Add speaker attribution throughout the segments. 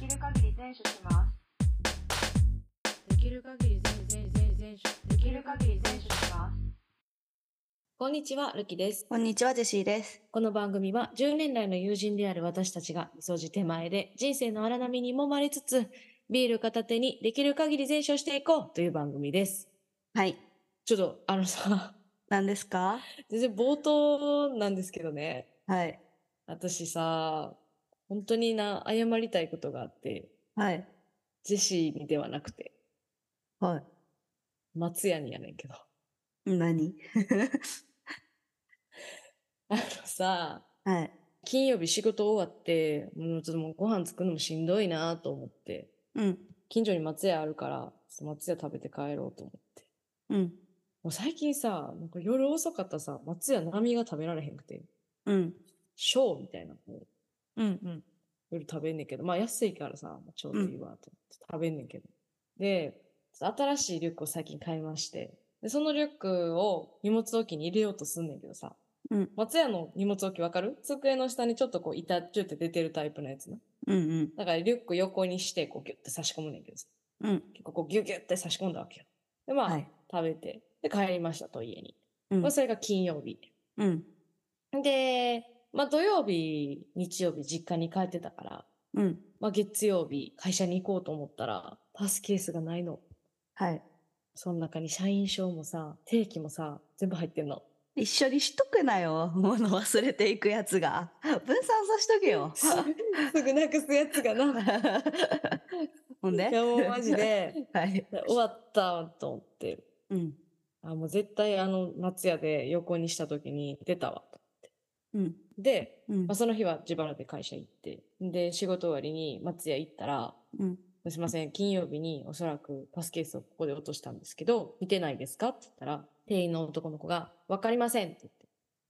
Speaker 1: 全種します
Speaker 2: できる限り全全全全
Speaker 1: できる限り全種します
Speaker 2: こんにちは、ルキです。
Speaker 3: こんにちは、ジェシーです。
Speaker 2: この番組は10年来の友人である私たちが、みそじ手前で人生の荒波に揉まれつつ、ビール片手にできる限り全勝していこうという番組です。
Speaker 3: はい。
Speaker 2: ちょっと、あのさ、
Speaker 3: 何ですか
Speaker 2: 全然冒頭なんですけどね、
Speaker 3: はい。
Speaker 2: 私さ、本当にな、謝りたいことがあって、
Speaker 3: はい。
Speaker 2: ジェシーにではなくて、
Speaker 3: はい。
Speaker 2: 松屋にやねんけど。
Speaker 3: 何
Speaker 2: あのさ、
Speaker 3: はい。
Speaker 2: 金曜日仕事終わって、もうちょっともうご飯作るのもしんどいなと思って、
Speaker 3: うん。
Speaker 2: 近所に松屋あるから、ちょっと松屋食べて帰ろうと思って。
Speaker 3: うん。
Speaker 2: もう最近さ、なんか夜遅かったらさ、松屋並が食べられへんくて、
Speaker 3: うん。
Speaker 2: ショーみたいなのを
Speaker 3: うん。うん。
Speaker 2: 夜食べんねんけど、まあ安いからさ、ちょうどいいわと思って食べんねんけど。で、ちょっと新しいリュックを最近買いまして、でそのリュックを荷物置きに入れようとすんねんけどさ、
Speaker 3: うん
Speaker 2: 松屋の荷物置きわかる机の下にちょっとこう板チュって出てるタイプのやつな。
Speaker 3: うん。うん。
Speaker 2: だからリュック横にしてこうギュッて差し込むねんけどさ、
Speaker 3: うん。
Speaker 2: 結構こうギュギュって差し込んだわけよ。で、まあ、
Speaker 3: はい。
Speaker 2: 食べて、で、帰りましたと、家に。
Speaker 3: うん
Speaker 2: まあ、それが金曜日。
Speaker 3: うん。
Speaker 2: で、まあ、土曜日、日曜日、実家に帰ってたから、
Speaker 3: うん。
Speaker 2: まあ、月曜日、会社に行こうと思ったら、パスケースがないの。
Speaker 3: はい。
Speaker 2: その中に社員証もさ、定期もさ、全部入ってんの。。
Speaker 3: 一緒にしとくなよ。もの忘れていくやつが。分散さしとけよ
Speaker 2: すぐすぐなくすやつがな。
Speaker 3: ほんで
Speaker 2: いや、もうマジ。で、
Speaker 3: はい。
Speaker 2: 終わったと思って。
Speaker 3: うん。
Speaker 2: あ、もう絶対あの、松屋で横にした時に出たわ。
Speaker 3: うん。
Speaker 2: で、
Speaker 3: うん
Speaker 2: まあ、。その日は自腹で会社行って、で、仕事終わりに松屋行ったら、
Speaker 3: うん。
Speaker 2: すいません、金曜日におそらくパスケースをここで落としたんですけど、見てないですかって言ったら、店員の男の子が、わかりませんって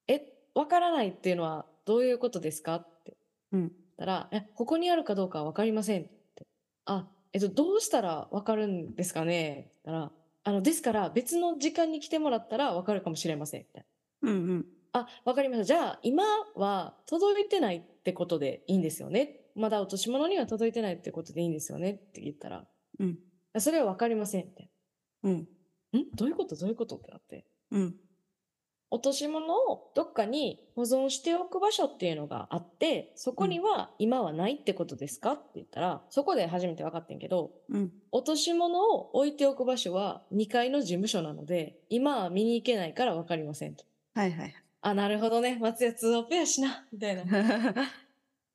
Speaker 2: 言って、え、わからないっていうのはどういうことですかって
Speaker 3: うん。
Speaker 2: 言ったら、え、ここにあるかどうかはわかりませんって言って、あ、えっと、どうしたらわかるんですかねって言ったら、あの、ですから別の時間に来てもらったらわかるかもしれません。みたいな
Speaker 3: うん。うん。
Speaker 2: あ、わかりました。じゃあ、今は届いてないってことでいいんですよね。まだ落とし物には届いてないってことでいいんですよねって言ったら、
Speaker 3: うん
Speaker 2: あそれはわかりませんみたい
Speaker 3: うん。
Speaker 2: な。んどういうことどういうことってなって。
Speaker 3: うん。
Speaker 2: 落とし物をどっかに保存しておく場所っていうのがあって、そこには今はないってことですかって言ったら、そこで初めて分かってんけど、
Speaker 3: うん。
Speaker 2: 落とし物を置いておく場所は2階の事務所なので、今は見に行けないからわかりませんと。
Speaker 3: はいはい。
Speaker 2: あ、なるほどね。松屋2オペやしな。みたいな。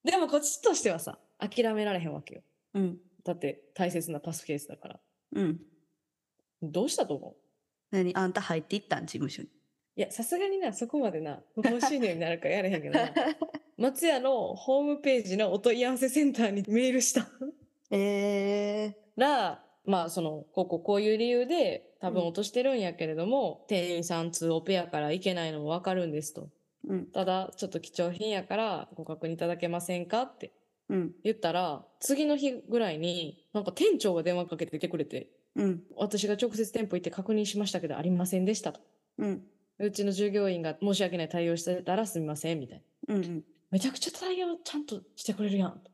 Speaker 2: でもこっちとしてはさ、諦められへんわけよ。
Speaker 3: うん。
Speaker 2: だって大切なパスケースだから。
Speaker 3: うん。
Speaker 2: どうしたと思う
Speaker 3: 何あんた入っていったん事務所に。
Speaker 2: いや、さすがにな、そこまでな、不法侵入になるからやれへんけどな。松屋のホームページのお問い合わせセンターにメールした
Speaker 3: えー。
Speaker 2: ら、まあ、その、こうこうこういう理由で、多分
Speaker 3: うん
Speaker 2: 落としてるんやけれども、店員さん通オペやから行けないのもわかるんですと。
Speaker 3: うん。
Speaker 2: ただ、ちょっと貴重品やからご確認いただけませんかって
Speaker 3: うん。
Speaker 2: 言ったら、次の日ぐらいに、なんか店長が電話かけてきてくれて、
Speaker 3: うん。
Speaker 2: 私が直接店舗行って確認しましたけど、ありませんでしたと。
Speaker 3: うん。
Speaker 2: うちの従業員が申し訳ない対応してたらすみません、みたいな。
Speaker 3: うん。
Speaker 2: めちゃくちゃ対応ちゃんとしてくれるやん。と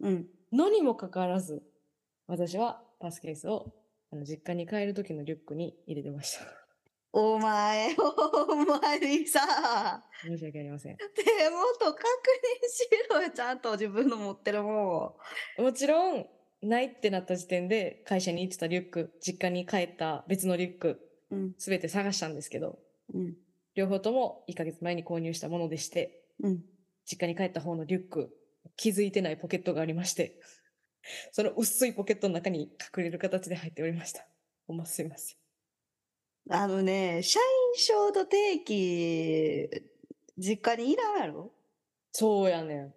Speaker 3: うん。
Speaker 2: のにもかかわらず、私はパスケースをあの実家に帰る時のリュックに入れてました。
Speaker 3: お前、 お前さ、
Speaker 2: 申し訳ありません。
Speaker 3: 手元確認しろよ、ちゃんと自分の持ってるも
Speaker 2: もちろん、ないってなった時点で会社に行ってたリュック、実家に帰った別のリュック、
Speaker 3: ん。うん。
Speaker 2: すべて探したんですけど、
Speaker 3: うん。
Speaker 2: 両方とも1ヶ月前に購入したものでして、
Speaker 3: うん。
Speaker 2: 実家に帰った方のリュック、気づいてないポケットがありまして、 その薄いポケットの中に隠れる形で入っておりました。ほんますいません。
Speaker 3: あのね、社員証と定期、実家にいらんやろ
Speaker 2: そうやねん。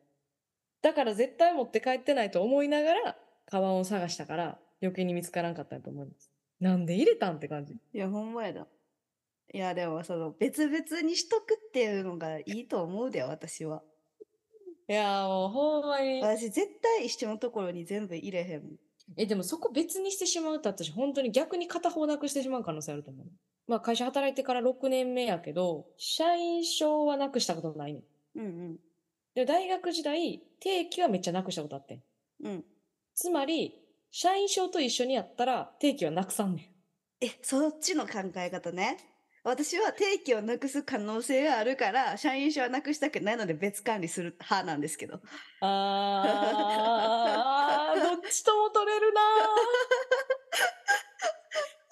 Speaker 2: だから絶対持って帰ってないと思いながら、カバンを探したから、余計に見つからんかったと思います。なんで入れたんって感じ。
Speaker 3: いや、ほんまやだ。いや、でも、その、別々にしとくっていうのがいいと思うで、私は。
Speaker 2: いやーもうほんまに。
Speaker 3: 私、絶対一緒のところに全部入れへんもん。
Speaker 2: え、でもそこ別にしてしまうと私本当に逆に片方なくしてしまう可能性あると思う。まあ会社働いてから6年目やけど、社員証はなくしたことないねん。
Speaker 3: うん
Speaker 2: で、大学時代、定期はめっちゃなくしたことあってん。
Speaker 3: うん。うん。
Speaker 2: つまり、社員証と一緒にやったら定期はなくさんねん。
Speaker 3: え、そっちの考え方ね。私は定期をなくす可能性があるから、社員証はなくしたくないので別管理する派なんですけど。
Speaker 2: あー、どっちとも取れるな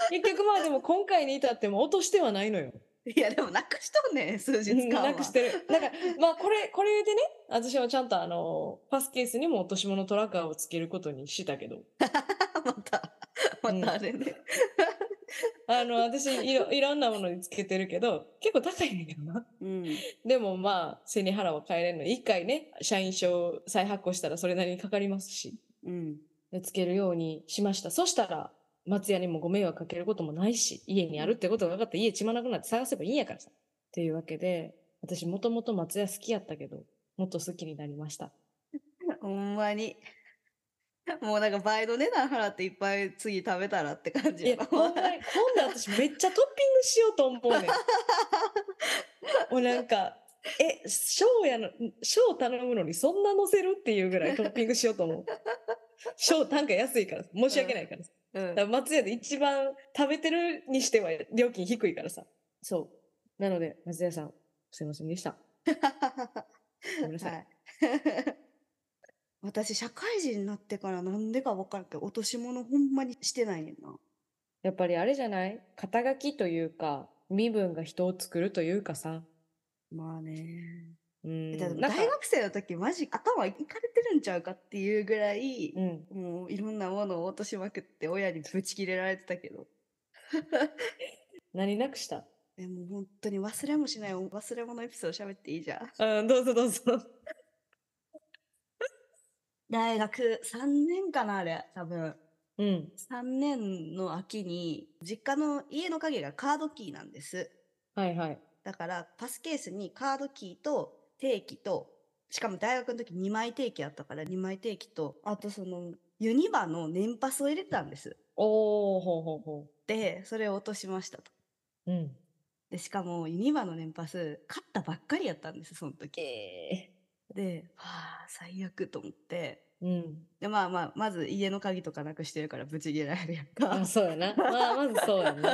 Speaker 2: ー結局まあでも今回に至っても落としてはないのよ。
Speaker 3: いや、でもなくしとんねん、数日
Speaker 2: うん
Speaker 3: 間は。
Speaker 2: なくしてる。なんか、まあこれ、これでね、私はちゃんとあの、パスケースにも落とし物トラッカーをつけることにしたけど、
Speaker 3: また、またあれね。
Speaker 2: あの、私いろ、いろんなものにつけてるけど、結構高いねんだけどな。
Speaker 3: うん。
Speaker 2: でもまあ、背に腹は変えれんの。一回ね、社員証再発行したらそれなりにかかりますし、
Speaker 3: うん。
Speaker 2: でつけるようにしました。そしたら、松屋にもご迷惑かけることもないし、家にあるってことが分かって家血まなくなって探せばいいんやからさ。っていうわけで、私もともと松屋好きやったけど、もっと好きになりました。
Speaker 3: ほんまに。もうなんか倍の値段払っていっぱい次食べたらって感じ
Speaker 2: いや、
Speaker 3: ろ
Speaker 2: ほんまに、今度私めっちゃトッピングしようと思 うねん。もうなんか、え、ショーやの、ショー頼むのにそんな乗せるっていうぐらいトッピングしようと 思う。ショー単価安いからさ申し訳ないからさ。
Speaker 3: う
Speaker 2: だか
Speaker 3: ん
Speaker 2: ら松屋で一番食べてるにしては料金低いからさ。そう。なので、松屋さん、すいませんでした。ごめんなさい。
Speaker 3: はい。私、社会人になってからなんでか分からんけど、落とし物ほんまにしてないねんな。
Speaker 2: やっぱりあれじゃない肩書きというか、身分が人を作るというかさ。
Speaker 3: まあね。
Speaker 2: うん。
Speaker 3: だって
Speaker 2: なんか
Speaker 3: 大学生の時、マジ頭いかれてるんちゃうかっていうぐらい、
Speaker 2: うん。
Speaker 3: もういろんなものを落としまくって親にぶち切れられてたけど。
Speaker 2: 何なくした
Speaker 3: でも本当に忘れもしない忘れ物エピソード喋っていいじゃん。
Speaker 2: うん、どうぞどうぞ。
Speaker 3: 大学3年かな、あれ、多分。
Speaker 2: うん。
Speaker 3: 3年の秋に、実家の家の鍵がカードキーなんです。
Speaker 2: はいはい。
Speaker 3: だから、パスケースにカードキーと定期と、しかも大学の時2枚定期あったから2枚定期と、あとその、ユニバの年パスを入れてたんです。
Speaker 2: おー、ほうほうほ
Speaker 3: で、それを落としましたと。
Speaker 2: う。うん。
Speaker 3: で、しかもユニバの年パス、買ったばっかりやったんです、その時。
Speaker 2: え
Speaker 3: で、はあ、最悪と思って。
Speaker 2: ー。うん。
Speaker 3: で、まあまあ、まず家の鍵とかなくしてるからブチ切れられるやん か。
Speaker 2: あ、そうやな。まあ、まずそうや な。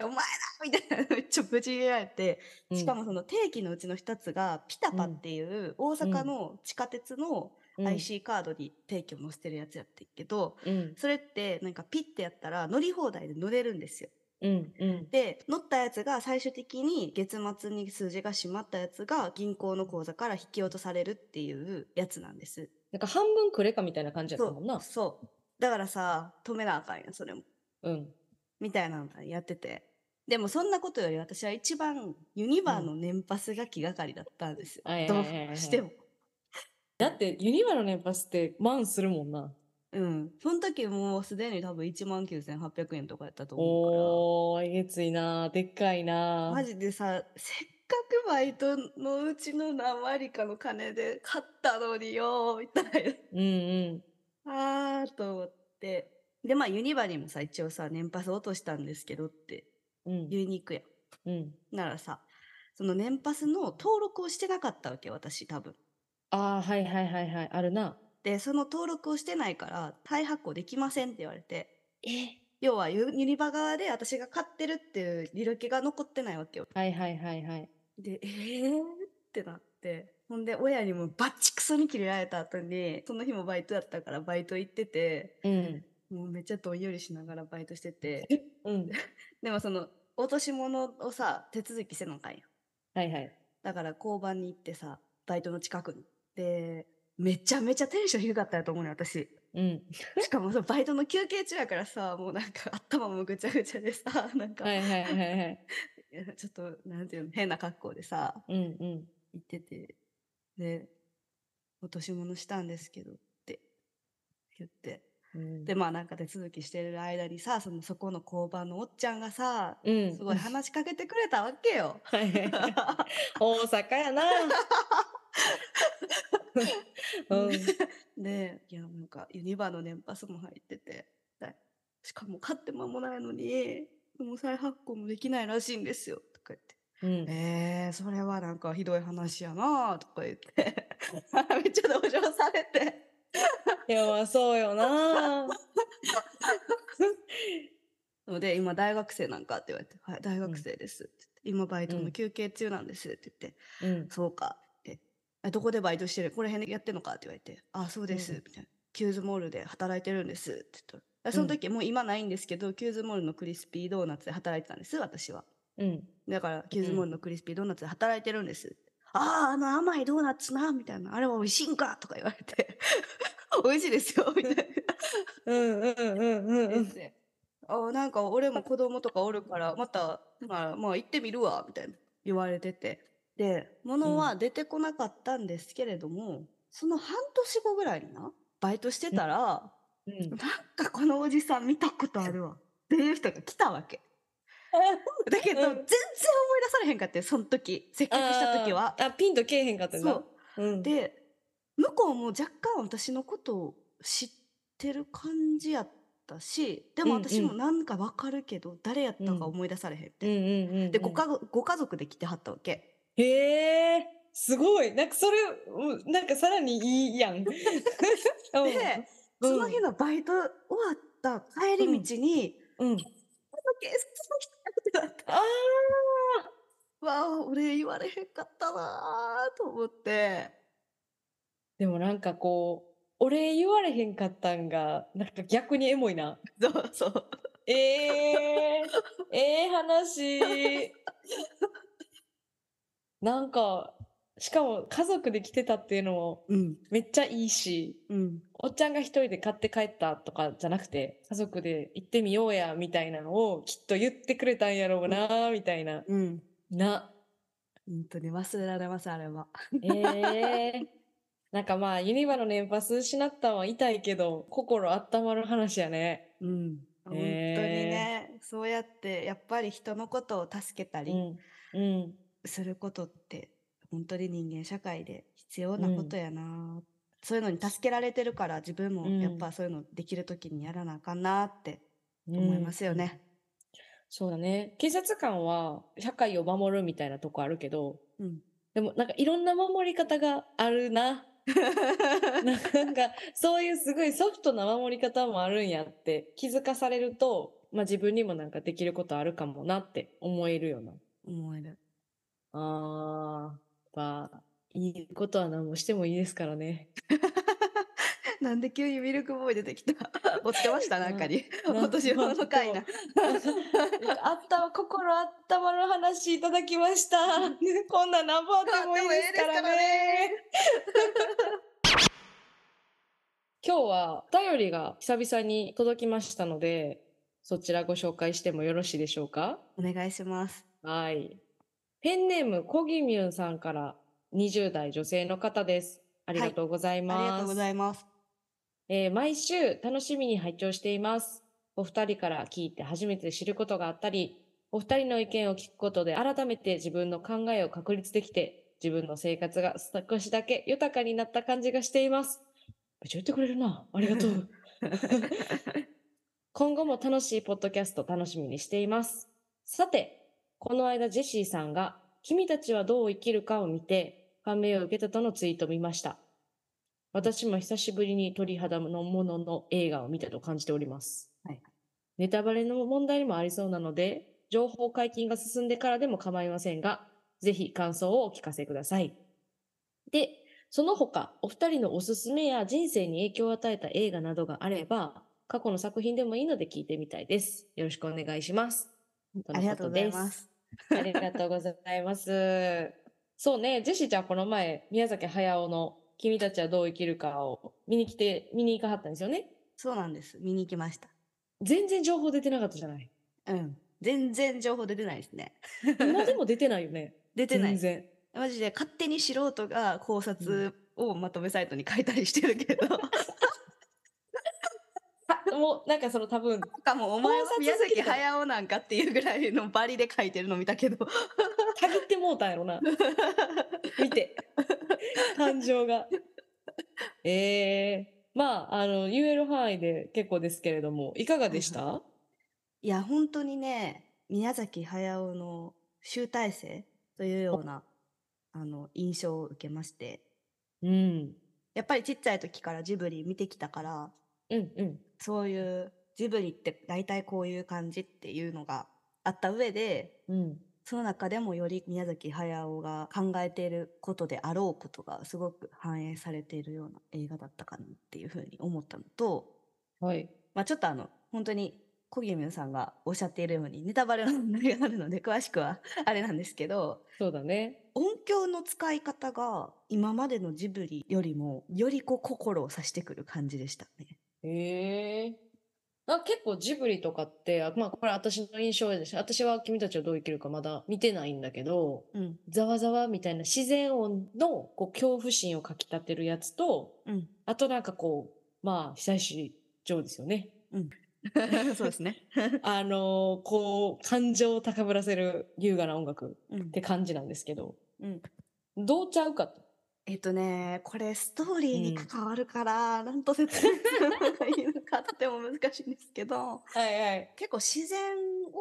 Speaker 3: お前だみたいな、めっ ちゃブチ切れられて、
Speaker 2: うん
Speaker 3: しかもその定期のうちの一つが、ピタパっていう大阪の地下鉄の IC カードに定期を載せてるやつやってんけど、
Speaker 2: うん。
Speaker 3: それってなんかピッてやったら乗り放題で乗れるんですよ。
Speaker 2: うん。うん。
Speaker 3: で、乗ったやつが最終的に月末に数字が閉まったやつが銀行の口座から引き落とされるっていうやつなんです。
Speaker 2: なんか半分くれかみたいな感じやっ
Speaker 3: そ
Speaker 2: たもんな
Speaker 3: う。。そう。だからさ、止めなあかんやん、それも。
Speaker 2: うん。
Speaker 3: みたいなのやってて。でもそんなことより私は一番ユニバーの年パスが気がかりだったんですよ。
Speaker 2: はいはい
Speaker 3: ど
Speaker 2: は
Speaker 3: う
Speaker 2: いはい
Speaker 3: しても。
Speaker 2: だって、ユニバの年パスって万するもんな。
Speaker 3: うん。その時もうすでに多分19,800円とかやったと思う
Speaker 2: おー、えげついなでっかい
Speaker 3: から。
Speaker 2: な
Speaker 3: マジでさ、せっかくバイトのうちの何割かの金で買ったのによ、みたい
Speaker 2: うんうん。
Speaker 3: な。あ ーと思って。で、まあユニバにもさ、一応さ、年パス落としたんですけどって
Speaker 2: うん。
Speaker 3: 言いに行くやん。
Speaker 2: うん。
Speaker 3: ならさ、その年パスの登録をしてなかったわけ、私多分。
Speaker 2: あー、はいはいはいはい。あるな。
Speaker 3: で、その登録をしてないから、再発行できませんって言われて、
Speaker 2: え
Speaker 3: 要はユユニバ側で私が買ってるっていう履歴が残ってないわけよ。
Speaker 2: はいはいはいはい。
Speaker 3: で、えーってなって。ほんで、親にもバッチクソに切れられた後に、その日もバイトだったからバイト行ってて、
Speaker 2: うん。
Speaker 3: もうめっちゃどんよりしながらバイトしてて、
Speaker 2: うん。
Speaker 3: でもその、落とし物をさ、手続きせなあかんやん。
Speaker 2: はいはい。
Speaker 3: だから交番に行ってさ、バイトの近くに。で、めちゃめちゃテンション低かったやと思うねん、私。
Speaker 2: うん。
Speaker 3: し かもさ、バイトの休憩中やからさ、もうなんか頭もぐちゃぐちゃでさ、なんか、
Speaker 2: はいはいはいはい。
Speaker 3: いやちょっと、なんていうの、変な格好でさ、
Speaker 2: うんうん。
Speaker 3: 行ってて、で、落とし物したんですけどって言って。
Speaker 2: うん
Speaker 3: で、まあなんか手続きしてる間にさ、そのそこの交番のおっちゃんがさ、
Speaker 2: うん、
Speaker 3: すごい話しかけてくれたわけよ。
Speaker 2: はいはいはい大阪やな。うん、
Speaker 3: で、いや、なんか、ユニバの年パスも入ってて、でしかも買って間もないのに、もう再発行もできないらしいんですよ、とか言っ
Speaker 2: う
Speaker 3: て。
Speaker 2: ん、
Speaker 3: えー、それはなん かひどい話やなあとか言って、めっちゃ同情されて、
Speaker 2: いや、まあそうよな。
Speaker 3: ので、今大学生なんかって言われて、はい、大学生ですって言って。今バイトの休憩中なんですって言っ
Speaker 2: う
Speaker 3: て、
Speaker 2: ん。
Speaker 3: そうかって。えどこでバイトしてるこの辺でやってんのかって言われて、あ、そうです、
Speaker 2: うん
Speaker 3: みたいな。キューズモールで働いてるんですって言ったら。その時、もう今ないんですけど、キューズモールのクリスピードーナツで働いてたんです、私は。
Speaker 2: うん。
Speaker 3: だから、キューズモールのクリスピードーナツで働いてるんです。ああ、あの甘いドーナツな、みたいな。あれは美味しいんかとか言われて。 美味しいですよ、みたいな。
Speaker 2: うんうんうんうんうん。
Speaker 3: であなんか俺も子供とかおるからまた、まあ、まあ行ってみるわみたいな言われててで
Speaker 2: うん
Speaker 3: 物は出てこなかったんですけれども、その半年後ぐらいになバイトしてたら、
Speaker 2: うん
Speaker 3: なんかこのおじさん見たことあ るわっていう人が来たわけだけど、
Speaker 2: うん
Speaker 3: 全然思い出されへんかってその時接客した時は
Speaker 2: あーあ、ピンとけえへんかった
Speaker 3: そう
Speaker 2: な。うん。
Speaker 3: で向こうも若干私のことを知ってる感じやったしで
Speaker 2: う
Speaker 3: も
Speaker 2: んうん
Speaker 3: 私もなんかわかるけど、誰やったか思い出されへんって、
Speaker 2: うんうんうんうん。
Speaker 3: でご家族ご家族で来てはったわけ
Speaker 2: へえ、すごい。なんかそれ、うんなんかさらにいいやん。 うん
Speaker 3: で、その日のバイト終わった帰り道に
Speaker 2: うん。
Speaker 3: 「警察の人や」ってなって
Speaker 2: ああ、
Speaker 3: わあ俺言われへんかったなーと 思って
Speaker 2: でもなんかこう、俺言われへんかったんが、なんか逆にエモいな。
Speaker 3: そうそう
Speaker 2: ええー、ええ話。なんか、しかも家族で来てたっていうのも
Speaker 3: うん
Speaker 2: めっちゃいいし、
Speaker 3: うん
Speaker 2: おっちゃんが一人で買って帰ったとかじゃなくて、家族で行ってみようや、みたいなのをきっと言ってくれたんやろうな、みたいな。
Speaker 3: うん
Speaker 2: な。
Speaker 3: 本当に忘れられますあれは
Speaker 2: ええー。なんかまあ、ユニバの年パス失ったんは痛いけど、心温まる話やね。
Speaker 3: うん、本当に
Speaker 2: ね
Speaker 3: ね、そうやってやっぱり人のことを助けた
Speaker 2: う
Speaker 3: り
Speaker 2: ん。うん。
Speaker 3: することって本当に人間社会で必要なことやな、そういうのに助けられてるから自分も
Speaker 2: うん
Speaker 3: やっぱそういうのできる時にやらなあかんなって思いますよね。
Speaker 2: そうだね。警察官は社会を守るみたいなとこあるけど、
Speaker 3: うん
Speaker 2: でもなんかいろんな守り方があるな。 なんかそういうすごいソフトな守り方もあるんやって気づかされると、まあ自分にもなんかできることあるかもなって思えるよな。
Speaker 3: 思える
Speaker 2: あー、やっぱいいことは何もしてもいいですからね。
Speaker 3: なんで急にミルクボーイ出てき た落ちてましたなんかに
Speaker 2: うん
Speaker 3: お年頃の回な
Speaker 2: あった、心あったまる話いただきま した。こんな何本あってもいいですからね。今日はお便りが久々に届きましたので、そちらご紹介してもよろしいでしょうか
Speaker 3: お願いします
Speaker 2: はい。ペンネーム、コギミュンさんから20代女性の方です。ありがとうござい
Speaker 3: あり
Speaker 2: ます。
Speaker 3: がとうござ います
Speaker 2: えー毎週楽しみに拝聴しています。お二人から聞いて初めて知ることがあったり、お二人の意見を聞くことで改めて自分の考えを確立できて、自分の生活が少しだけ豊かになった感じがしています。めっちゃ言ってくれるな。ありがとう。今後も楽しいポッドキャスト楽しみにしています。さて、この間ジェシーさんが、君たちはどう生きるかを見て、感銘を受けたとのツイートを見ました。私も久しぶりに鳥肌のものの映画を見たと感じております。
Speaker 3: はい
Speaker 2: ネタバレの問題もありそうなので、情報解禁が進んでからでも構いませんが、ぜひ感想をお聞かせください。で、その他、お二人のおすすめや人生に影響を与えた映画などがあれば、過去の作品でもいいので聞いてみたいです。よろしくお願いします。とのことです
Speaker 3: ありがとうございます
Speaker 2: ありがとうございます。そうね、ジェシーちゃんこの前、宮崎駿の君たちはどう生きるかを見に来て、見に行かはったんですよね。
Speaker 3: そうなんです見に行きました
Speaker 2: 全然情報出てなかったじゃない。
Speaker 3: うん全然情報出てないですね
Speaker 2: 今でも出てないよね。
Speaker 3: 出てない
Speaker 2: 全然。
Speaker 3: マジで勝手に素人が考察をまとめサイトに書いたりしてるけ ど、なん
Speaker 2: もう、なんかその多分、
Speaker 3: かもうお前は
Speaker 2: 考察
Speaker 3: 宮
Speaker 2: 好き
Speaker 3: 崎
Speaker 2: だ
Speaker 3: 駿なんかっていうぐらいのバリで書いてるの見たけど
Speaker 2: たぎってもうたんやろな。見て。感情が。ええまあ、あの、言える範囲で結構ですけれども、いかがで した
Speaker 3: いや本当にね宮崎駿の集大成というようなあの印象を受けまして
Speaker 2: うん。
Speaker 3: やっぱりちっちゃい時からジブリ見てきたから、
Speaker 2: うんうん。
Speaker 3: そういうジブリって大体こういう感じっていうのがあった上で、
Speaker 2: うん。
Speaker 3: その中でもより宮崎駿が考えていることであろうことがすごく反映されているような映画だったかなっていうふうに思ったのと、
Speaker 2: はい。
Speaker 3: まあ、ちょっとあの本当にコギミュンさんがおっしゃっているようにネタバレの問題があるので詳しくはあれなんですけど
Speaker 2: そうだね。
Speaker 3: 音響の使い方が今までのジブリよりもよりこう心を刺してくる感じでしたね。
Speaker 2: へえ。あ結構ジブリとかって、あまあこれ私の印象です。私は君たちはどう生きるかまだ見てないんだけど、
Speaker 3: うん
Speaker 2: ざわざわみたいな自然音のこう恐怖心をかきたてるやつと、
Speaker 3: うん
Speaker 2: あとなんかこう、まあ久石城ですよね。
Speaker 3: そうですね、
Speaker 2: あのーこう、感情を高ぶらせる優雅な音楽
Speaker 3: うん
Speaker 2: って感じなんですけど、
Speaker 3: うん
Speaker 2: どうちゃうかと。
Speaker 3: えっとねこれストーリーに関わるから、なんと説明するのがいいのかとても難しいんですけど
Speaker 2: はいはい。
Speaker 3: 結構自然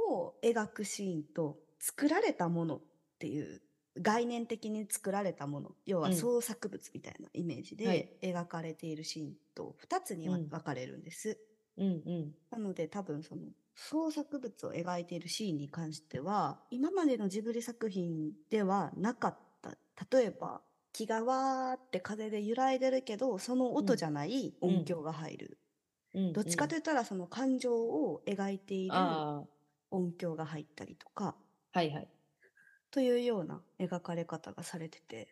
Speaker 3: を描くシーンと作られたものっていう概念的に作られたもの要
Speaker 2: う
Speaker 3: は
Speaker 2: ん
Speaker 3: 創作物みたいなイメージ
Speaker 2: はい
Speaker 3: で描かれているシーンと2つに
Speaker 2: う
Speaker 3: 分
Speaker 2: ん
Speaker 3: 分かれるんです。
Speaker 2: うんうん。
Speaker 3: なので多分その創作物を描いているシーンに関しては今までのジブリ作品ではなかった例えば木がわーって風で揺らいでるけどその
Speaker 2: う
Speaker 3: 音
Speaker 2: ん
Speaker 3: じゃない
Speaker 2: うん
Speaker 3: 音響が入る、
Speaker 2: うんうん
Speaker 3: どっちかといったらその感情を描いている
Speaker 2: あ
Speaker 3: 音響が入ったりとか
Speaker 2: あ、はいはい。
Speaker 3: というような描かれ方がされてて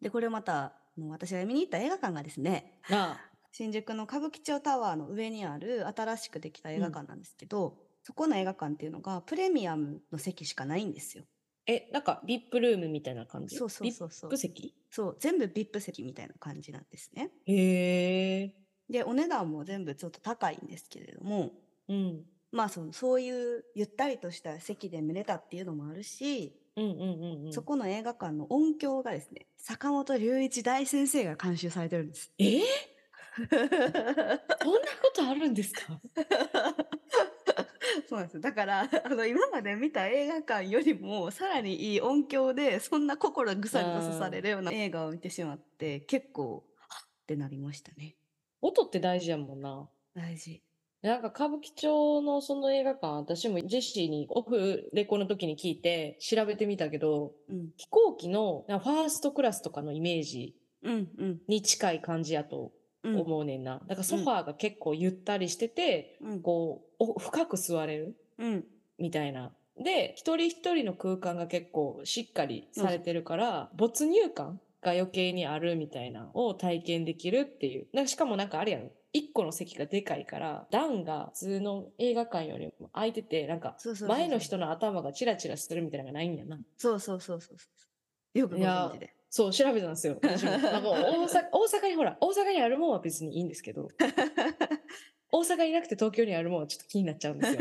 Speaker 3: でこれまたあの私が見に行った映画館がですね
Speaker 2: あ
Speaker 3: 新宿の歌舞伎町タワーの上にある新しくできた映画館なんですけど、そこの映画館っていうのがプレミアムの席しかないんですよ。
Speaker 2: え、なんか VIP ルームみたいな感じ
Speaker 3: そうそうそうそう
Speaker 2: VIP 席
Speaker 3: そう全部 VIP 席みたいな感じなんですね。
Speaker 2: へえ。
Speaker 3: でお値段も全部ちょっと高いんですけれども
Speaker 2: うん。
Speaker 3: まあそのそういうゆったりとした席で見れたっていうのもあるし、
Speaker 2: うんうんうんうん。
Speaker 3: そこの映画館の音響がですね坂本龍一大先生が監修されてるん です。
Speaker 2: えー、そんなことあるんですか
Speaker 3: そうなんですよだから あの今まで見た映画館よりもさらにいい音響でそんな心ぐさぐさ刺されるような映画を見てしまって結構はっってなりましたね。
Speaker 2: 音って大事やもんな。
Speaker 3: 大事。
Speaker 2: なんか歌舞伎町のその映画館、私もジェシーにオフレコの時に聞いて調べてみたけど、
Speaker 3: うん
Speaker 2: 飛行機のなファーストクラスとかのイメージ
Speaker 3: うんうん
Speaker 2: に近い感じやと
Speaker 3: うん
Speaker 2: 思うねんな。だからソファーが結構ゆったりしてて、
Speaker 3: うん
Speaker 2: こうお、深く座れる
Speaker 3: うん
Speaker 2: みたいな。で、一人一人の空間が結構しっかりされてるから、没入感が余計にあるみたいなのを体験できるっていう。なんかしかもなんかあれやん。一個の席がでかいから、段が普通の映画館よりも空いてて、なんか
Speaker 3: そうそうそうそう
Speaker 2: 前の人の頭がチラチラするみたいなのがないんやな。
Speaker 3: そうそうそうそうそうよくご存知で。
Speaker 2: そう、調べたんです よ。私もなんか大阪、大阪にほら、大阪にあるもんは別にいいんですけど、大阪になくて東京にあるもんはちょっと気になっちゃうんですよ。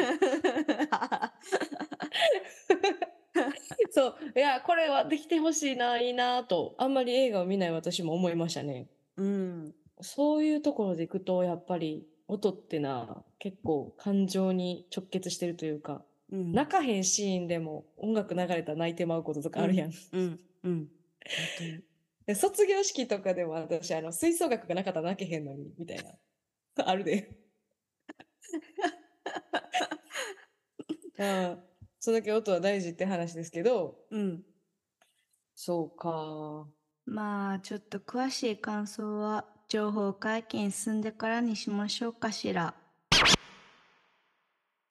Speaker 2: そう。いや、これはできてほしいな、いいなと、あんまり映画を見ない私も思いましたね。
Speaker 3: うん
Speaker 2: そういうところでいくと、やっぱり、音ってな、結構感情に直結してるというか、
Speaker 3: うん
Speaker 2: 泣かへんシーンでも音楽流れたら泣いてまうこととかあるやん。
Speaker 3: うんうん
Speaker 2: で卒業式とかでも私、あの、吹奏楽がなかったら泣けへんのに、みたいな。あ るで。 ああ、それだけ音は大事って話ですけど、
Speaker 3: うん
Speaker 2: そうか。
Speaker 3: まあちょっと詳しい感想は情報解禁進んでからにしましょうかしら。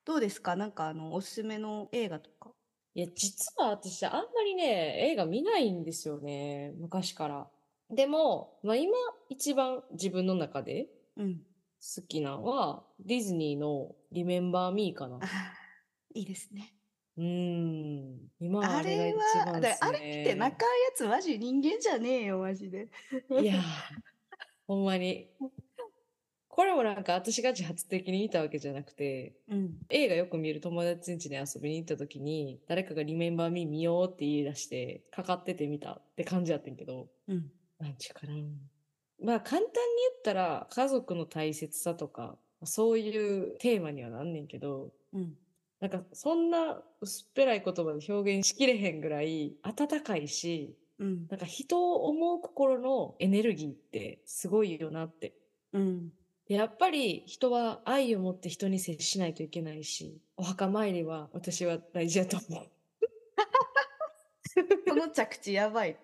Speaker 3: どうですかなんかあのおすすめの映画とか。
Speaker 2: いや、実は私、あんまりね、映画見ないんですよね、昔から。でも、まあ今、一番自分の中で
Speaker 3: うん。
Speaker 2: 好きなのは、ディズニーのリメンバーミーかな
Speaker 3: あ。ーいいですね。
Speaker 2: うーん。今は
Speaker 3: あ
Speaker 2: あれ
Speaker 3: れ
Speaker 2: が一
Speaker 3: は、
Speaker 2: 番
Speaker 3: だ
Speaker 2: です
Speaker 3: あれ見て
Speaker 2: ね。
Speaker 3: 泣かんやつマジ人間じゃねえよマジで。
Speaker 2: いやー、ほんまに。これもなんか私が自発的に見たわけじゃなくて、
Speaker 3: うん。
Speaker 2: 映画よく見る友達ん家に遊びに行った時に、誰かがリメンバーミー見ようって言い出して、かかってて見たって感じやってんけど、
Speaker 3: うん。
Speaker 2: なんちゅうかな。まあ簡単に言ったら家族の大切さとか、そういうテーマにはなんねんけど、
Speaker 3: うん。
Speaker 2: なんかそんな薄っぺらい言葉で表現しきれへんぐらい温かいし、
Speaker 3: うん
Speaker 2: なんか人を思う心のエネルギーってすごいよなって。
Speaker 3: うん
Speaker 2: でやっぱり人は愛を持って人に接しないといけないし、お墓参りは私は大事やと思う。
Speaker 3: この着地やばい。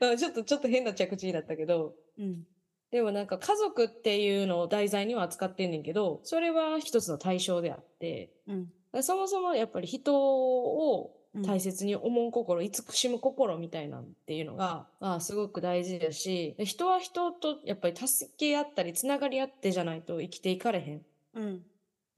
Speaker 2: あ ちょっと、ちょっと変な着地だったけど、
Speaker 3: うん
Speaker 2: でもなんか家族っていうのを題材には扱ってんねんけど、それは一つの対象であって、
Speaker 3: う
Speaker 2: だ
Speaker 3: ん
Speaker 2: からそもそもやっぱり人を
Speaker 3: うん
Speaker 2: 大切に思う心、慈しむ心みたいなんっていうのが、まあ、すごく大事だし、で人は人とやっぱり助け合ったり、つながり合ってじゃないと生きていかれへん。
Speaker 3: うん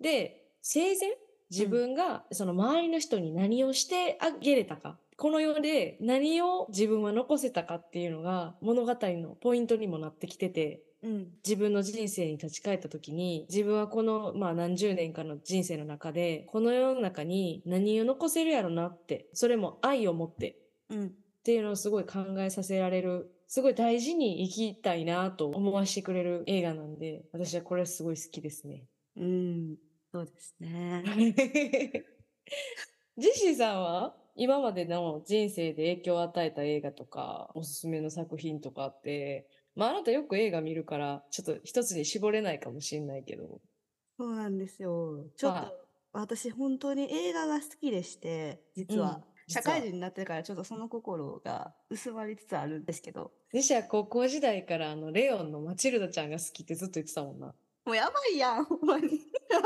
Speaker 2: で、生前、自分がその周りの人に何をしてあげれたか、この世で何を自分は残せたかっていうのが物語のポイントにもなってきてて、
Speaker 3: うん
Speaker 2: 自分の人生に立ち返った時に自分はこの、まあ、何十年かの人生の中でこの世の中に何を残せるやろなってそれも愛を持ってっ
Speaker 3: うん
Speaker 2: ていうのをすごい考えさせられるすごい大事に生きたいなと思わせてくれる映画なんで私はこれすごい好きですね。
Speaker 3: うんそうですね。
Speaker 2: ジェシーさんは今までの人生で影響を与えた映画とかおすすめの作品とかって、まあ、あなたよく映画見るからちょっと一つに絞れないかもしれないけど。
Speaker 3: そうなんですよ。ちょっ
Speaker 2: まあ
Speaker 3: と私本当に映画が好きでして実は、
Speaker 2: 実
Speaker 3: 社
Speaker 2: は
Speaker 3: 会人になってからちょっとその心が薄まりつつあるんですけど
Speaker 2: ジェシーは高校時代からあのレオンのマチルダちゃんが好きってずっと言ってたもんな。
Speaker 3: もうやばいやんほんまに。
Speaker 2: だ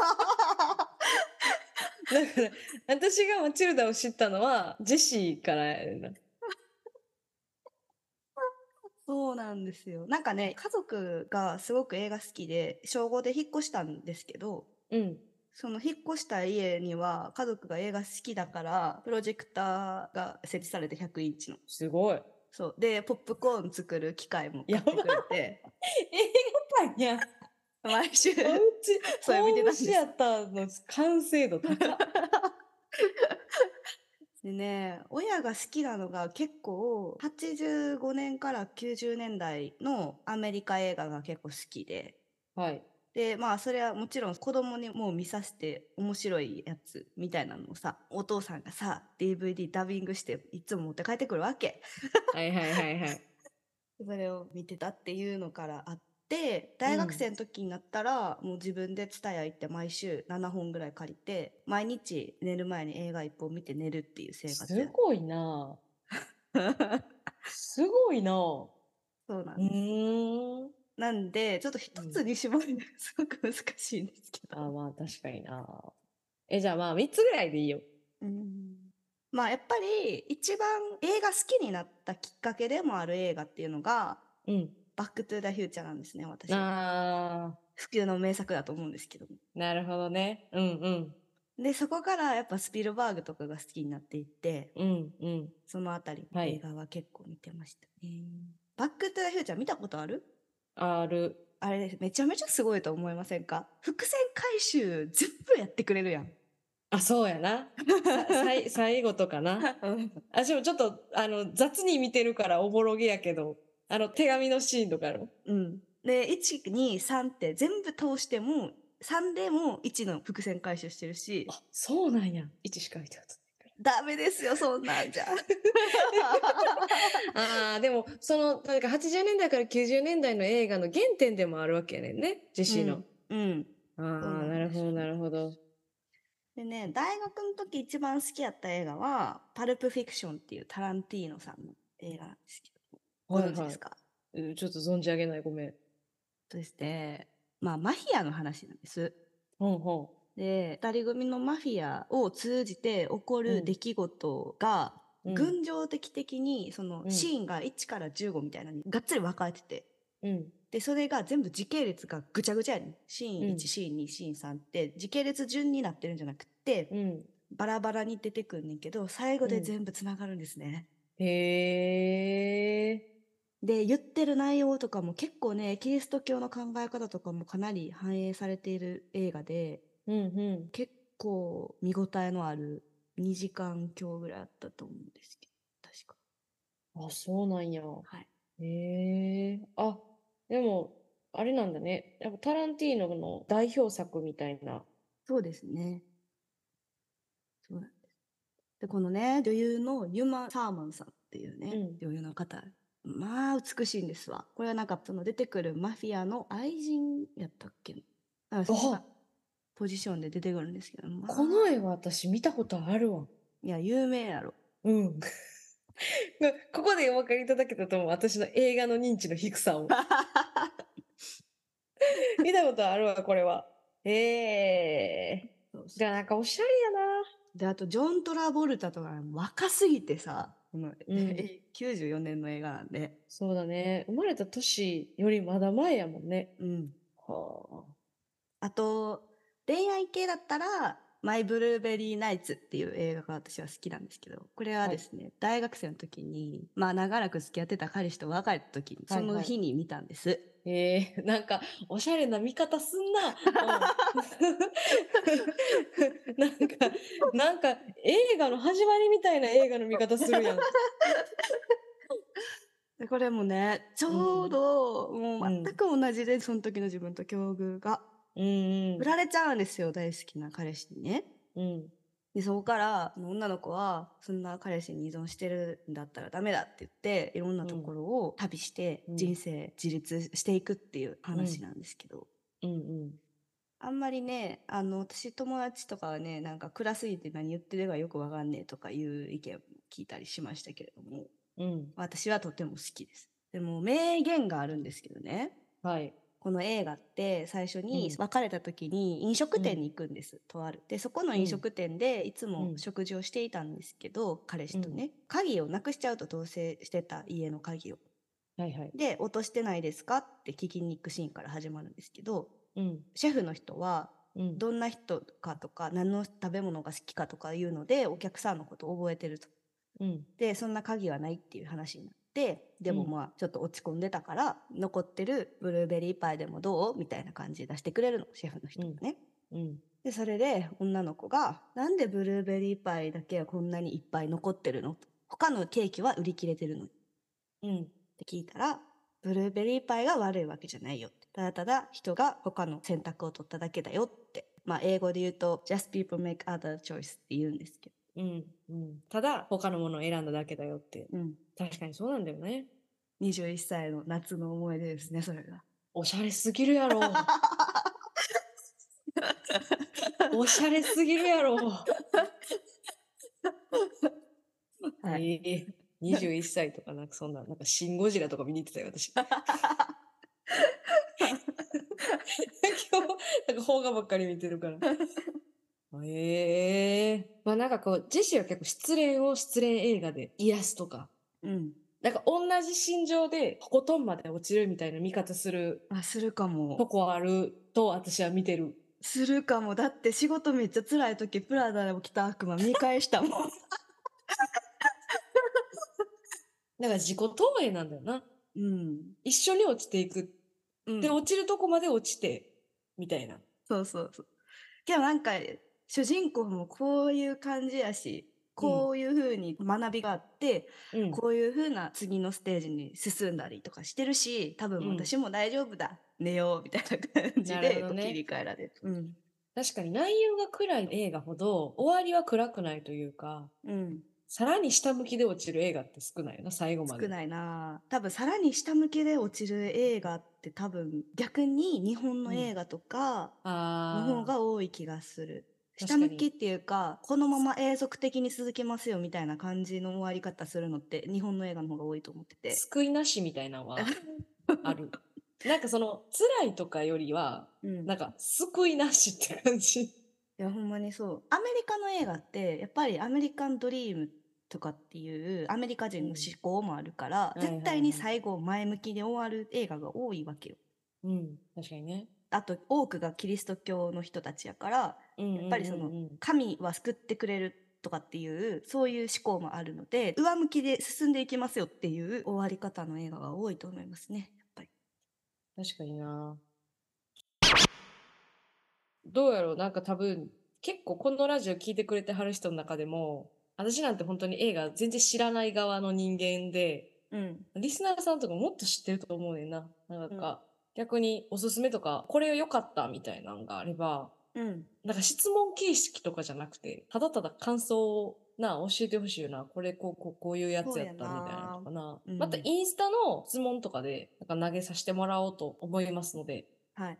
Speaker 2: から私がマチルダを知ったのはジェシーからやな。
Speaker 3: そうなんですよ。なんかね、家族がすごく映画好きで、小5で引っ越したんですけど、
Speaker 2: うん。
Speaker 3: その引っ越した家には家族が映画好きだから、プロジェクターが設置されて100インチの。
Speaker 2: すごい。
Speaker 3: そう。で、ポップコーン作る機械も買ってくれて、
Speaker 2: 映画館やん。
Speaker 3: 毎週、
Speaker 2: おうち、
Speaker 3: それ
Speaker 2: ホ
Speaker 3: 見
Speaker 2: ー
Speaker 3: て
Speaker 2: ム
Speaker 3: たんです
Speaker 2: シアターの完成度高っ。
Speaker 3: でね、親が好きなのが結構、85年から90年代のアメリカ映画が結構好きで、
Speaker 2: はい。
Speaker 3: でまあそれはもちろん子供にもう見させて面白いやつみたいなのをさお父さんがさ DVD ダビングしていつも持って帰ってくるわけ
Speaker 2: はいはいはいはい。
Speaker 3: それを見てたっていうのからあって大学生の時になったら、もう自分で TSUTAYA 行って毎週7本ぐらい借りて毎日寝る前に映画1本見て寝るっていう生活
Speaker 2: すごいなあすごいなあう
Speaker 3: そうなんです、
Speaker 2: ーん。
Speaker 3: なんでちょっと一つに絞るのがすごく難しいんですけど、
Speaker 2: あまあ確かになえ、じゃあまあ3つぐらいでいいよ。
Speaker 3: まあやっぱり一番映画好きになったきっかけでもある映画っていうのが
Speaker 2: うん。
Speaker 3: バックトゥザフューチャーなんですね私
Speaker 2: あ
Speaker 3: 普及の名作だと思うんですけども
Speaker 2: ー、なるほどね。うん
Speaker 3: でそこからやっぱスピルバーグとかが好きになっていって
Speaker 2: うん。うんうん。
Speaker 3: そのあたりの
Speaker 2: はい
Speaker 3: 映画は結構見てましたね、バックトゥザフューチャー見たことある
Speaker 2: R。
Speaker 3: あれですめちゃめちゃすごいと思いませんか伏線回収全部やってくれるやん
Speaker 2: あ、そうやな。ささ い最後とかな。あ、でもちょっと、あの、雑に見てるからおぼろげやけど、あの、手紙のシーンとかの。
Speaker 3: うん、で123って全部通しても3でも1の伏線回収してるし
Speaker 2: あ、そうなんや。1しか見たことない
Speaker 3: ダメですよそんなん じゃ
Speaker 2: ああ、でも、その、なんか80年代から90年代の映画の原点でもあるわけやねんね、ジェシーの。
Speaker 3: うんそう
Speaker 2: ああ、
Speaker 3: な
Speaker 2: なんる
Speaker 3: です
Speaker 2: ほ
Speaker 3: よ
Speaker 2: ど、なるほど。
Speaker 3: でね大学の時一番好きやった映画は「パルプ・フィクション」っていうタランティーノさんの映画なんですけどご存知ですか、
Speaker 2: うんちょっと存じ上げない、ごめん。
Speaker 3: そしてまあマフィアの話なんです
Speaker 2: ほんほ
Speaker 3: で2人組のマフィアを通じて起こ
Speaker 2: う
Speaker 3: る
Speaker 2: ん
Speaker 3: 出来事が、
Speaker 2: ん。うん、
Speaker 3: 群像的的にその
Speaker 2: うん
Speaker 3: シーンが1から15みたいなのにがっつり分かれてて
Speaker 2: うん。
Speaker 3: でそれが全部時系列がぐちゃぐちゃやねんシーン1、
Speaker 2: うん
Speaker 3: シーン2シーン3って時系列順になってるんじゃなくって
Speaker 2: うん。
Speaker 3: バラバラに出てくんねんけど最後で
Speaker 2: うん
Speaker 3: 全部つながるんですね。
Speaker 2: へえ。
Speaker 3: で言ってる内容とかも結構ねキリスト教の考え方とかもかなり反映されている映画で
Speaker 2: うんうん。
Speaker 3: 結構見応えのある2時間強ぐらいあったと思うんですけど確か。
Speaker 2: あ、そうなんや。
Speaker 3: はい
Speaker 2: へえ。あ、でも、あれなんだね。やっぱタランティーノの代表作みたいな。
Speaker 3: そうですね。そうなんです。でこのね女優のユマ・サーマンさんっていうね、
Speaker 2: うん
Speaker 3: 女優の方まあ美しいんですわこれはなんかその出てくるマフィアの愛人やったっけなんかそんなポジションで出てくるんですけど、まあ
Speaker 2: この絵は私見たことあるわ。
Speaker 3: いや有名やろ
Speaker 2: うん。 ここでお分かりいただけたと思う。私の映画の認知の低さを。見たことあるわ、これは。ええ
Speaker 3: そう
Speaker 2: じゃあなんかおしゃれやな。
Speaker 3: であとジョン・トラボルタとか若すぎてさこの、
Speaker 2: うん
Speaker 3: 94年の映画なんで、
Speaker 2: そうだね。生まれた年よりまだ前やもんね。
Speaker 3: うん、
Speaker 2: は
Speaker 3: あと恋愛系だったら「マイ・ブルーベリー・ナイツ」っていう映画が私は好きなんですけどこれはですね、大学生の時にまあ長らく付き合ってた彼氏と別れた時に
Speaker 2: はい
Speaker 3: そ
Speaker 2: はい
Speaker 3: の日に見たんです。
Speaker 2: あ。ええなんかおしゃれな見方すん な。うんなんか、なんか映画の始まりみたいな映画の見方するやん。
Speaker 3: でこれもねちょうども
Speaker 2: う
Speaker 3: うん全く同じでその時の自分と境遇が
Speaker 2: うん
Speaker 3: 振られちゃうんですよ大好きな彼氏にね。
Speaker 2: うん。うん。
Speaker 3: でそこからあの女の子はそんな彼氏に依存してるんだったらダメだって言っていろんなところを旅して
Speaker 2: うん
Speaker 3: 人生自立していくっていう話なんですけど、
Speaker 2: うんうん。
Speaker 3: あんまりねあの私友達とかはねなんか暗すぎて何言ってるかよくわかんねえとかいう意見も聞いたりしましたけれども
Speaker 2: うん、
Speaker 3: 私はとても好きです。でも名言があるんですけどね
Speaker 2: はい。
Speaker 3: この映画って最初に
Speaker 2: うん
Speaker 3: 別れた時に飲食店に行くんです、とあるでそこの飲食店でいつ
Speaker 2: う
Speaker 3: も
Speaker 2: ん
Speaker 3: 食事をしていたんですけど、彼氏とね鍵をなくしちゃうと同棲してた家の鍵を
Speaker 2: はいはい。
Speaker 3: で落としてないですかって聞きに行くシーンから始まるんですけど
Speaker 2: うん。
Speaker 3: シェフの人は
Speaker 2: うん。
Speaker 3: どんな人かとか何の食べ物が好きかとかいうのでお客さんのことを覚えてると
Speaker 2: うん。
Speaker 3: でそんな鍵はないっていう話になってでも
Speaker 2: うん
Speaker 3: まあちょっと落ち込んでたから、残ってるブルーベリーパイでもどうみたいな感じで出してくれるのシェフの人がね。
Speaker 2: うん。
Speaker 3: でそれで女の子が「なんでブルーベリーパイだけはこんなにいっぱい残ってるの?」他のケーキは売り切れてるのに」っ
Speaker 2: うん。
Speaker 3: て聞いたら「ブルーベリーパイが悪いわけじゃないよ」ただただ人が他の選択を取っただけだよって。まあ英語で言うと「just people make other choice」って言うんですけ
Speaker 2: うん。うん。ただ、他のものを選んだだけだよって。
Speaker 3: ど、うん、
Speaker 2: 確かにそうなんだよね。
Speaker 3: 21歳の夏の思い出ですねそれが。
Speaker 2: おしゃれすぎるやろ。おしゃれすぎるやろ。
Speaker 3: はい
Speaker 2: いい。21歳とか、なんかそんな、なんかシンゴジラとか見に行ってたよ、私。今日、なんか邦画ばっかり見てるから。ええまあなんかこう、ジェシーは結構失恋を失恋映画で癒すとか、
Speaker 3: うん、
Speaker 2: なんか同じ心情で、とことんまで落ちるみたいな見方する
Speaker 3: あするか
Speaker 2: と
Speaker 3: も
Speaker 2: こあると私は見てる。
Speaker 3: するかもだって仕事めっちゃ辛い時プラダを着た悪魔見返した もん
Speaker 2: だから自己投影なんだよな。
Speaker 3: うん、
Speaker 2: 一緒に落ちていく。
Speaker 3: うん、
Speaker 2: で、落ちるとこまで落ちて、みたいな。
Speaker 3: そうそうそうけどなんか主人公もこういう感じやしこういうふうに学びがあって、
Speaker 2: うん。
Speaker 3: こういうふうな次のステージに進んだりとかしてるし多分
Speaker 2: うん
Speaker 3: 私も大丈夫だ、寝ようみたいな感じ
Speaker 2: なる
Speaker 3: で、
Speaker 2: ほどね
Speaker 3: 切り替えられる。うん
Speaker 2: 確かに内容が暗い映画ほど終わりは暗くないというか、
Speaker 3: うん、
Speaker 2: さらに下向きで落ちる映画って少ないよな、最後まで。
Speaker 3: 少
Speaker 2: い。
Speaker 3: ないなぁ多分さらに下向けで落ちる映画って多分逆に日本の
Speaker 2: うん
Speaker 3: 映画とかの
Speaker 2: ああ。
Speaker 3: 方が多い気がする、
Speaker 2: 確
Speaker 3: 下
Speaker 2: かに
Speaker 3: 向きっていうかこのまま永続的に続きますよみたいな感じの終わり方するのって日本の映画の方が多いと思ってて
Speaker 2: 救いなしみたいな のはある。なんかその、辛いとかよりは、
Speaker 3: うん、
Speaker 2: なんか救いなしって感じ。
Speaker 3: いやほんまにそうアメリカの映画ってやっぱりアメリカンドリームとかっていうアメリカ人の思考もあるから、
Speaker 2: うんはいはいはい
Speaker 3: 絶対に最後前向きで終わる映画が多いわけよ
Speaker 2: うん。確かにね。
Speaker 3: あと多くがキリスト教の人たちやから
Speaker 2: や
Speaker 3: っぱりその神は救ってくれるとかっていうそういう思考もあるので上向きで進んでいきますよっていう終わり方の映画が多いと思いますねやっぱり。
Speaker 2: 確かにな。どうやろうなんか多分、結構このラジオ聞いてくれてはる人の中でも、私なんて本当に映画全然知らない側の人間で、
Speaker 3: うん、
Speaker 2: リスナーさんとかもっと知ってると思うねんな。なんか、逆におすすめとか、これ良かったみたいなのがあれば、
Speaker 3: うん、
Speaker 2: なんか質問形式とかじゃなくて、ただただ感想をなあ、教えてほしいよな。これ、こう、こう、こういうやつやったみたいなのとかな。
Speaker 3: そうやな
Speaker 2: また、
Speaker 3: うん
Speaker 2: インスタの質問とかで、なんか投げさせてもらおうと思いますので、
Speaker 3: はい。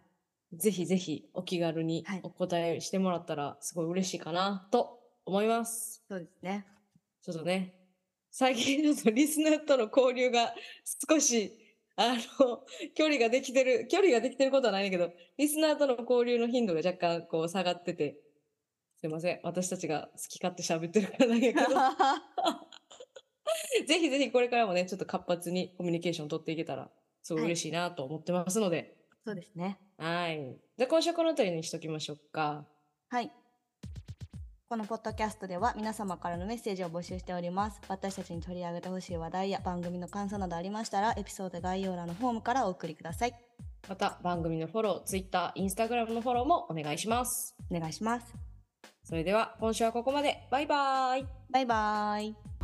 Speaker 2: ぜひぜひお気軽に
Speaker 3: はい
Speaker 2: お答えしてもらったら、すごい嬉しいかなと思います。
Speaker 3: そうですね。
Speaker 2: ちょっとね、最近ちょっとリスナーとの交流が少し、あの、距離ができてる、距離ができてることはないんだけど、リスナーとの交流の頻度が若干こう下がってて、すいません、私たちが好き勝手喋ってるからだけ ど、ぜひぜひこれからもね、ちょっと活発にコミュニケーション取っていけたら、すごい
Speaker 3: はい
Speaker 2: 嬉しいなと思ってますので、
Speaker 3: そうですね。
Speaker 2: はい。じゃあ今週この辺りにしときましょうか。
Speaker 3: はい。このポッドキャストでは皆様からのメッセージを募集しております。私たちに取り上げてほしい話題や番組の感想などありましたら、エピソード概要欄のフォームからお送りください。
Speaker 2: また番組のフォロー、Twitter、Instagram のフォローもお願いします。
Speaker 3: お願いします。
Speaker 2: それでは今週はここまで。バイバイ。
Speaker 3: バイバイ。